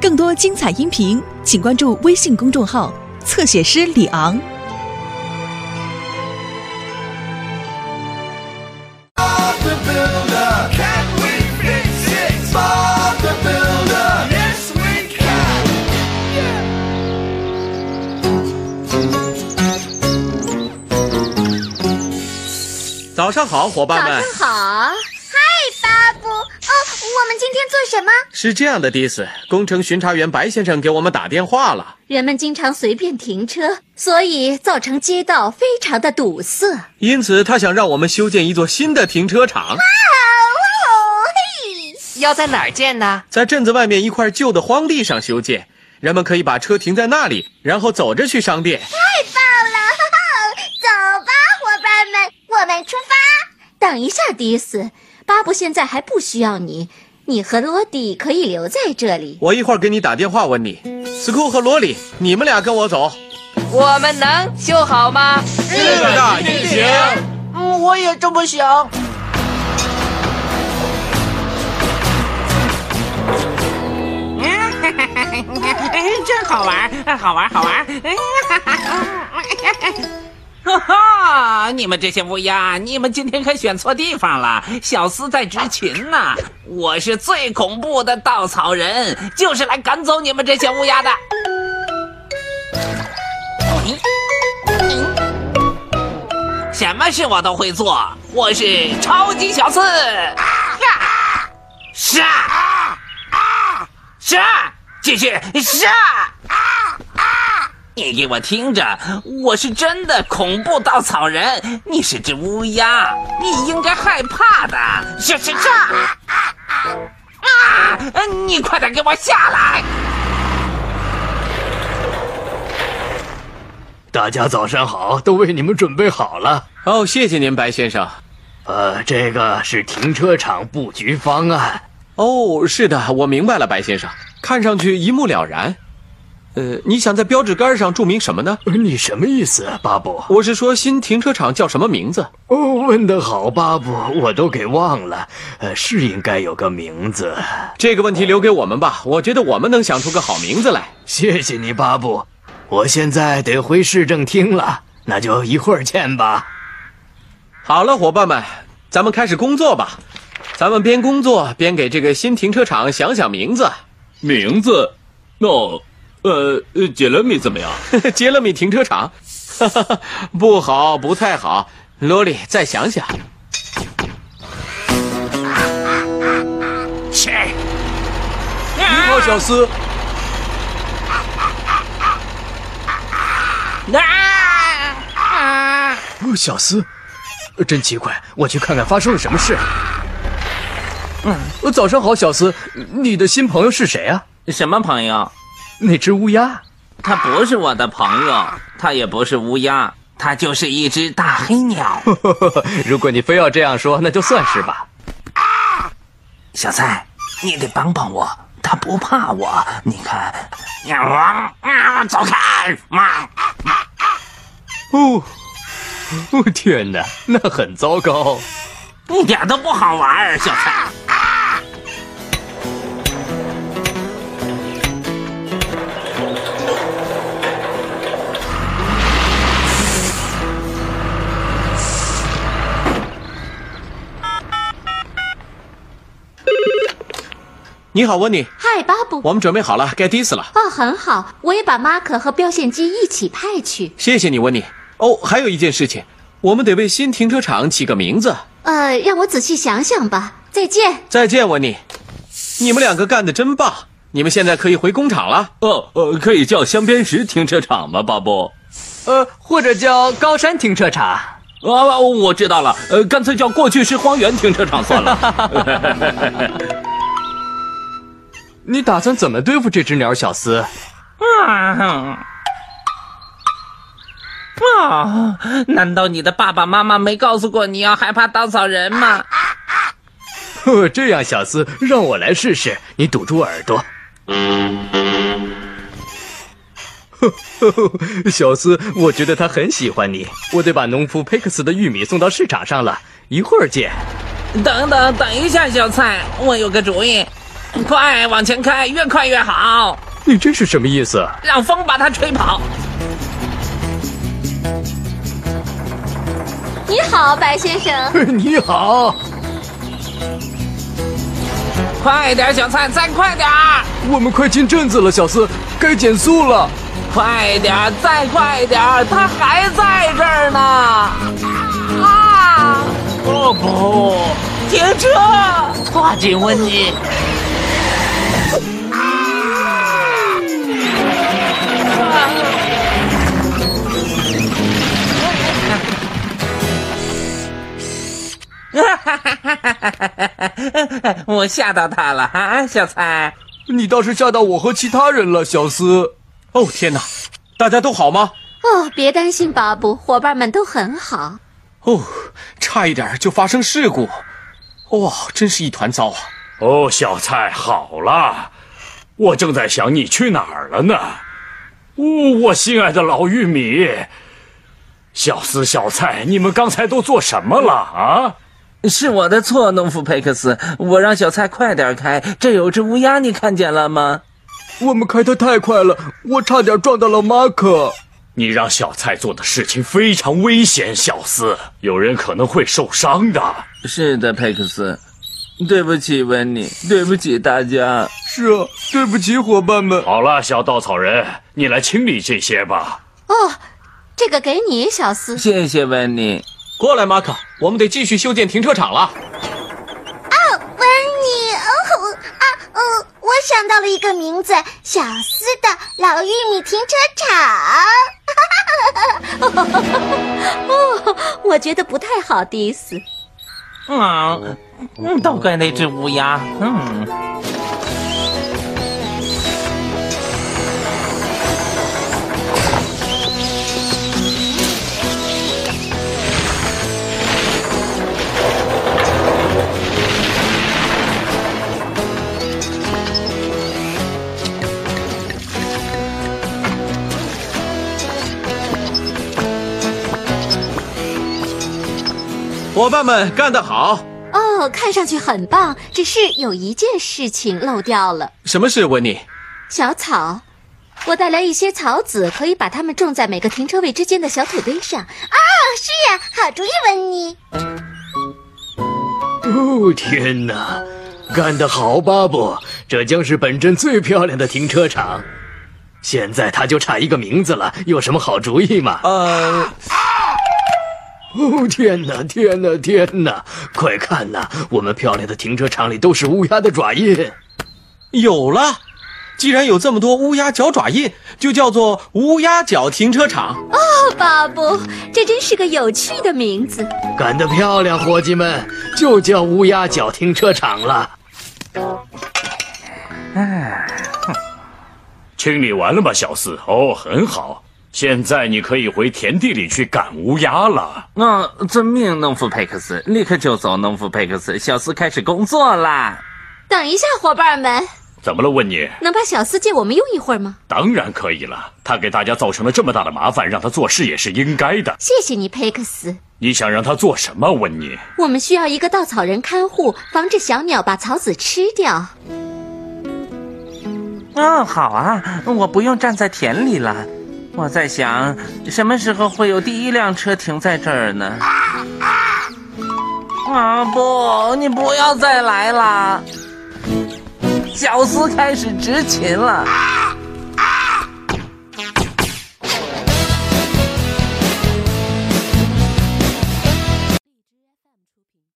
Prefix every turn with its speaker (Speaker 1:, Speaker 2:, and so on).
Speaker 1: 更多精彩音频，请关注微信公众号“侧写师李昂”。
Speaker 2: Bob the Builder. Can we fix it? Bob the Builder. Yes, we can.
Speaker 3: 早上好，伙伴们。
Speaker 4: 早上好，嗨，巴布。哦，我们今天做什么？
Speaker 3: 是这样的，迪斯，工程巡查员白先生给我们打电话了。
Speaker 4: 人们经常随便停车，所以造成街道非常的堵塞。哦，
Speaker 3: 因此他想让我们修建一座新的停车场，
Speaker 4: 嘿，
Speaker 5: 要在哪儿建呢？
Speaker 3: 在镇子外面一块旧的荒地上修建，人们可以把车停在那里，然后走着去商店。
Speaker 4: 棒了！走吧，伙伴们，我们出发。等一下，迪斯，巴布现在还不需要你，你和罗迪可以留在这里。
Speaker 3: 我一会儿给你打电话问你。斯库和罗里，你们俩跟我走。
Speaker 5: 我们能修好吗？
Speaker 3: 是的，一定行。
Speaker 6: 嗯，我也这么想。
Speaker 7: 哎，真好玩儿，好玩儿，好玩儿！哎哈哈 哈哈哈哈！你们这些乌鸦，你们今天可选错地方了。小斯在执勤呢、我是最恐怖的稻草人，就是来赶走你们这些乌鸦的。什么事我都会做，我是超级小四。啊是啊，是啊，继续是啊啊！你给我听着，我是真的恐怖稻草人，你是只乌鸦，你应该害怕的。是是是啊啊！你快点给我下来！
Speaker 8: 大家早上好，都为你们准备好了。
Speaker 3: 哦，谢谢您，白先生。
Speaker 8: 呃，这个是停车场布局方案。
Speaker 3: 哦，是的，我明白了，白先生。看上去一目了然。呃，你想在标志杆上注明什么呢？
Speaker 8: 呃你什么意思，巴布？
Speaker 3: 我是说新停车场叫什么名字？
Speaker 8: 哦，问得好，巴布，我都给忘了。呃，是应该有个名字。
Speaker 3: 这个问题留给我们吧，我觉得我们能想出个好名字来。
Speaker 8: 谢谢你，巴布。我现在得回市政厅了，那就一会儿见吧。
Speaker 3: 好了，伙伴们，咱们开始工作吧。咱们边工作边给这个新停车场想想名字。
Speaker 9: 名字？那、呃，呃，杰勒米怎么样？
Speaker 3: 杰勒米停车场， 不好，不太好。罗莉，再想想。
Speaker 7: 啊
Speaker 3: 小斯，
Speaker 7: 啊啊！
Speaker 8: 哦，小斯，呃真奇怪，我去看看发生了什么事。嗯，早上好，小斯，你的新朋友是谁啊？
Speaker 5: 什么朋友？
Speaker 8: 那只乌鸦。
Speaker 5: 他不是我的朋友，他也不是乌鸦，他就是一只大黑鸟。
Speaker 8: 如果你非要这样说，那就算是吧。
Speaker 7: 小蔡，你得帮帮我，他不怕我。你看，啊啊，走开！啊
Speaker 8: 哦，哦天哪，那很糟糕。
Speaker 7: 一点都不好玩儿，小蔡。
Speaker 3: 你好，温妮，
Speaker 4: 嗨，巴布。
Speaker 3: 我们准备好了，该迪斯了。
Speaker 4: 哦，很好，我也把马可和标线机一起派去。
Speaker 3: 谢谢你，温妮。哦，还有一件事情，我们得为新停车场起个名字。
Speaker 4: 呃，让我仔细想想吧。再见。
Speaker 3: 再见，温妮。你们两个干得真棒，你们现在可以回工厂了。
Speaker 9: 哦，呃，可以叫香边石停车场吗，巴布？
Speaker 8: 呃，或者叫高山停车场。
Speaker 9: 啊，我知道了，呃，干脆叫过去式荒原停车场算 了。
Speaker 8: 你打算怎么对付这只鸟，小斯？
Speaker 7: 啊！
Speaker 5: 啊，难道你的爸爸妈妈没告诉过你要害怕稻草人吗？
Speaker 8: 呵，这样，小斯，让我来试试。你堵住耳朵。呵呵呵小斯，我觉得他很喜欢你。我得把农夫佩克斯的玉米送到市场上了，一会儿见。
Speaker 5: 等等等一下，小蔡，我有个主意。快往前开，越快越好，
Speaker 8: 你这是什么意思？
Speaker 5: 让风把它吹跑。
Speaker 4: 你好，白先生。
Speaker 8: 你好，
Speaker 5: 快点，小菜，再快点儿，
Speaker 8: 我们快进镇子了，小斯，该减速了。
Speaker 5: 快点儿，再快点儿，它还在这儿呢。啊！
Speaker 7: 哦不，
Speaker 5: 停车！
Speaker 7: 抓紧温妮，
Speaker 5: 我吓到它了啊，小菜。
Speaker 8: 你倒是吓到我和其他人了，小斯。
Speaker 3: 哦天哪，大家都好吗？
Speaker 4: 哦，别担心，巴布，伙伴们都很好。
Speaker 3: 哦，差一点就发生事故，哇，真是一团糟啊！
Speaker 10: 哦，小蔡，好了，我正在想你去哪儿了呢？哦，我心爱的老玉米，小斯、小蔡，你们刚才都做什么了啊？
Speaker 5: 是我的错，农夫佩克斯，我让小菜快点开。这有只乌鸦，你看见了吗？
Speaker 8: 我们开得太快了，我差点撞到了马可。
Speaker 10: 你让小蔡做的事情非常危险，小斯，有人可能会受伤的。
Speaker 5: 是的，佩克斯，对不起，温妮，对不起大家。
Speaker 8: 是啊，对不起，伙伴们。
Speaker 10: 好了，小稻草人，你来清理这些吧。
Speaker 4: 哦，这个给你，小斯。
Speaker 5: 谢谢温妮。
Speaker 3: 过来，马可，我们得继续修建停车场了。
Speaker 4: 哦，温妮，哦啊哦，我想到了一个名字，小斯的老玉米停车场。 哦，我觉得不太好的意思。
Speaker 7: 嗯，嗯都怪那只乌鸦，嗯，
Speaker 3: 伙伴们干得好！
Speaker 4: 哦，看上去很棒，只是有一件事情漏掉了。
Speaker 3: 什么事，温妮？
Speaker 4: 小草，我带来一些草籽，可以把它们种在每个停车位之间的小土堆上。哦，是呀、好主意，温妮。
Speaker 8: 哦天哪，干得好，巴布！这将是本镇最漂亮的停车场。现在它就差一个名字了，有什么好主意吗？
Speaker 3: 呃，
Speaker 8: 哦天哪，天哪，天哪！快看呐，我们漂亮的停车场里都是乌鸦的爪印。
Speaker 3: 有了。既然有这么多乌鸦脚爪印，就叫做乌鸦脚停车场。
Speaker 4: 哦，巴布，这真是个有趣的名字。
Speaker 8: 干得漂亮，伙计们，就叫乌鸦脚停车场了。
Speaker 10: 清理完了吗，小四？哦，很好。现在你可以回田地里去赶乌鸦了。
Speaker 5: 嗯，遵命，农夫佩克斯，立刻就走，农夫佩克斯。小斯开始工作啦。
Speaker 4: 等一下，伙伴们，
Speaker 10: 怎么了，问你？
Speaker 4: 能把小斯借我们用一会儿吗？
Speaker 10: 当然可以了，他给大家造成了这么大的麻烦，让他做事也是应该的。
Speaker 4: 谢谢你，佩克斯。
Speaker 10: 你想让他做什么，温妮？
Speaker 4: 我们需要一个稻草人看护，防止小鸟把草籽吃掉。
Speaker 5: 嗯，好啊，我不用站在田里了。我在想，什么时候会有第一辆车停在这儿呢？啊不，你不要再来啦！小斯开始执勤了。啊